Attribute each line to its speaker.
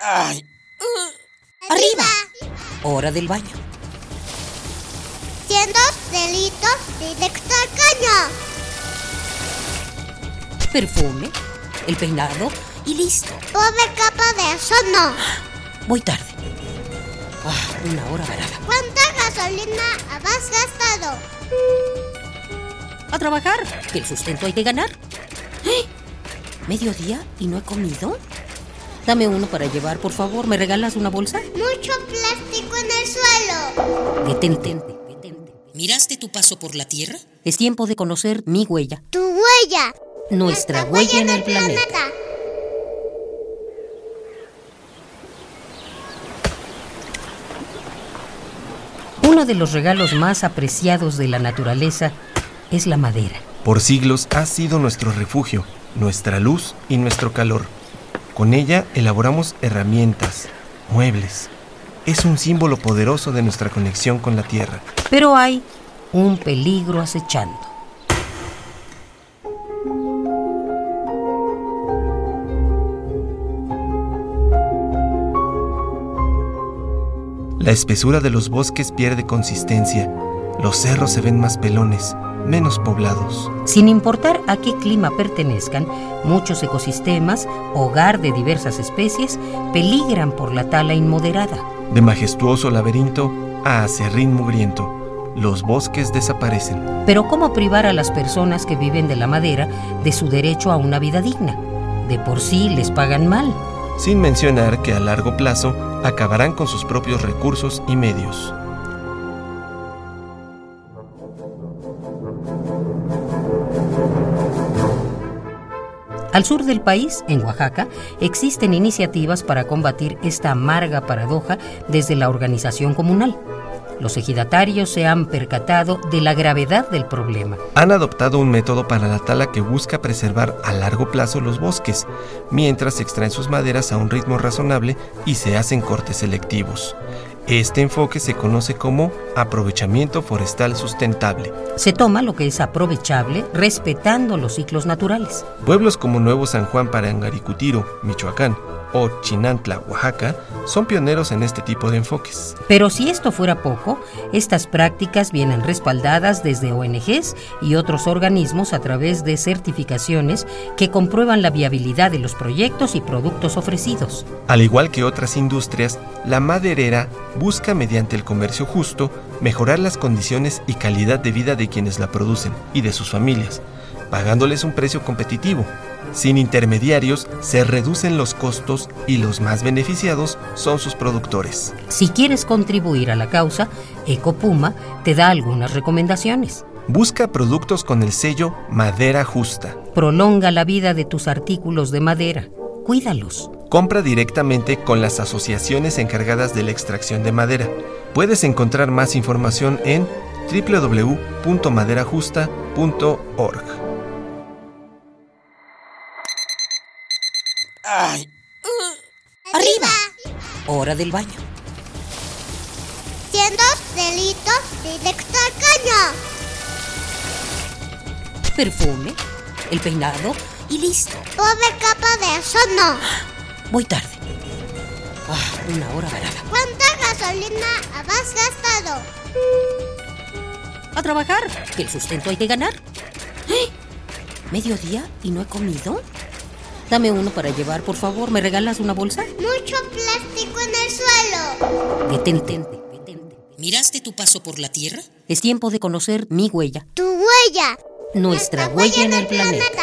Speaker 1: Ay.
Speaker 2: Arriba.
Speaker 1: Hora del baño.
Speaker 2: Siendo delitos directo al caño.
Speaker 1: Perfume, el peinado y listo.
Speaker 2: Pobre capa de ozono.
Speaker 1: Voy tarde. Ah, una hora varada.
Speaker 2: ¿Cuánta gasolina has gastado?
Speaker 1: A trabajar, que el sustento hay que ganar. ¡Eh! ¿Mediodía y no he comido? Dame uno para llevar, por favor. ¿Me regalas una bolsa?
Speaker 2: Mucho plástico en el suelo.
Speaker 1: Detente. ¿Miraste tu paso por la Tierra? Es tiempo de conocer mi huella,
Speaker 2: Tu huella.
Speaker 1: nuestra
Speaker 2: La
Speaker 1: huella en el planeta. Uno de los regalos más apreciados de la naturaleza es la madera.
Speaker 3: Por siglos ha sido nuestro refugio, nuestra luz y nuestro calor. Con ella elaboramos herramientas, muebles. Es un símbolo poderoso de nuestra conexión con la tierra.
Speaker 1: Pero hay un peligro acechando.
Speaker 3: La espesura de los bosques pierde consistencia. Los cerros se ven más pelones, menos poblados.
Speaker 1: Sin importar a qué clima pertenezcan, muchos ecosistemas, hogar de diversas especies, peligran por la tala inmoderada.
Speaker 3: De majestuoso laberinto a acerrín mugriento, los bosques desaparecen.
Speaker 1: Pero ¿cómo privar a las personas que viven de la madera de su derecho a una vida digna? De por sí les pagan mal.
Speaker 3: Sin mencionar que a largo plazo acabarán con sus propios recursos y medios.
Speaker 1: Al sur del país, en Oaxaca, existen iniciativas para combatir esta amarga paradoja desde la organización comunal. Los ejidatarios se han percatado de la gravedad del problema.
Speaker 3: Han adoptado un método para la tala que busca preservar a largo plazo los bosques, mientras se extraen sus maderas a un ritmo razonable y se hacen cortes selectivos. Este enfoque se conoce como aprovechamiento forestal sustentable.
Speaker 1: Se toma lo que es aprovechable respetando los ciclos naturales.
Speaker 3: Pueblos como Nuevo San Juan Parangaricutiro, Michoacán, o Chinantla, Oaxaca, son pioneros en este tipo de enfoques.
Speaker 1: Pero si esto fuera poco, estas prácticas vienen respaldadas desde ONGs y otros organismos a través de certificaciones que comprueban la viabilidad de los proyectos y productos ofrecidos.
Speaker 3: Al igual que otras industrias, la maderera busca mediante el comercio justo mejorar las condiciones y calidad de vida de quienes la producen y de sus familias, pagándoles un precio competitivo. Sin intermediarios se reducen los costos y los más beneficiados son sus productores.
Speaker 1: Si quieres contribuir a la causa, Ecopuma te da algunas recomendaciones.
Speaker 3: Busca productos con el sello Madera Justa.
Speaker 1: Prolonga la vida de tus artículos de madera. Cuídalos.
Speaker 3: Compra directamente con las asociaciones encargadas de la extracción de madera. Puedes encontrar más información en www.maderajusta.org.
Speaker 1: Ay,
Speaker 2: Arriba.
Speaker 1: hora del baño.
Speaker 2: Siendo delitos directo al caño.
Speaker 1: Perfume, el peinado y listo.
Speaker 2: Pobre capa de ozono.
Speaker 1: Voy tarde. Ah, una hora varada.
Speaker 2: ¿Cuánta gasolina has gastado?
Speaker 1: A trabajar, que el sustento hay que ganar. ¡Eh! ¿Mediodía y no he comido? Dame uno para llevar, por favor. ¿Me regalas una bolsa?
Speaker 2: Mucho plástico en el suelo.
Speaker 1: Detente. ¿Miraste tu paso por la Tierra? Es tiempo de conocer mi huella,
Speaker 2: Tu huella.
Speaker 1: nuestra huella en el planeta.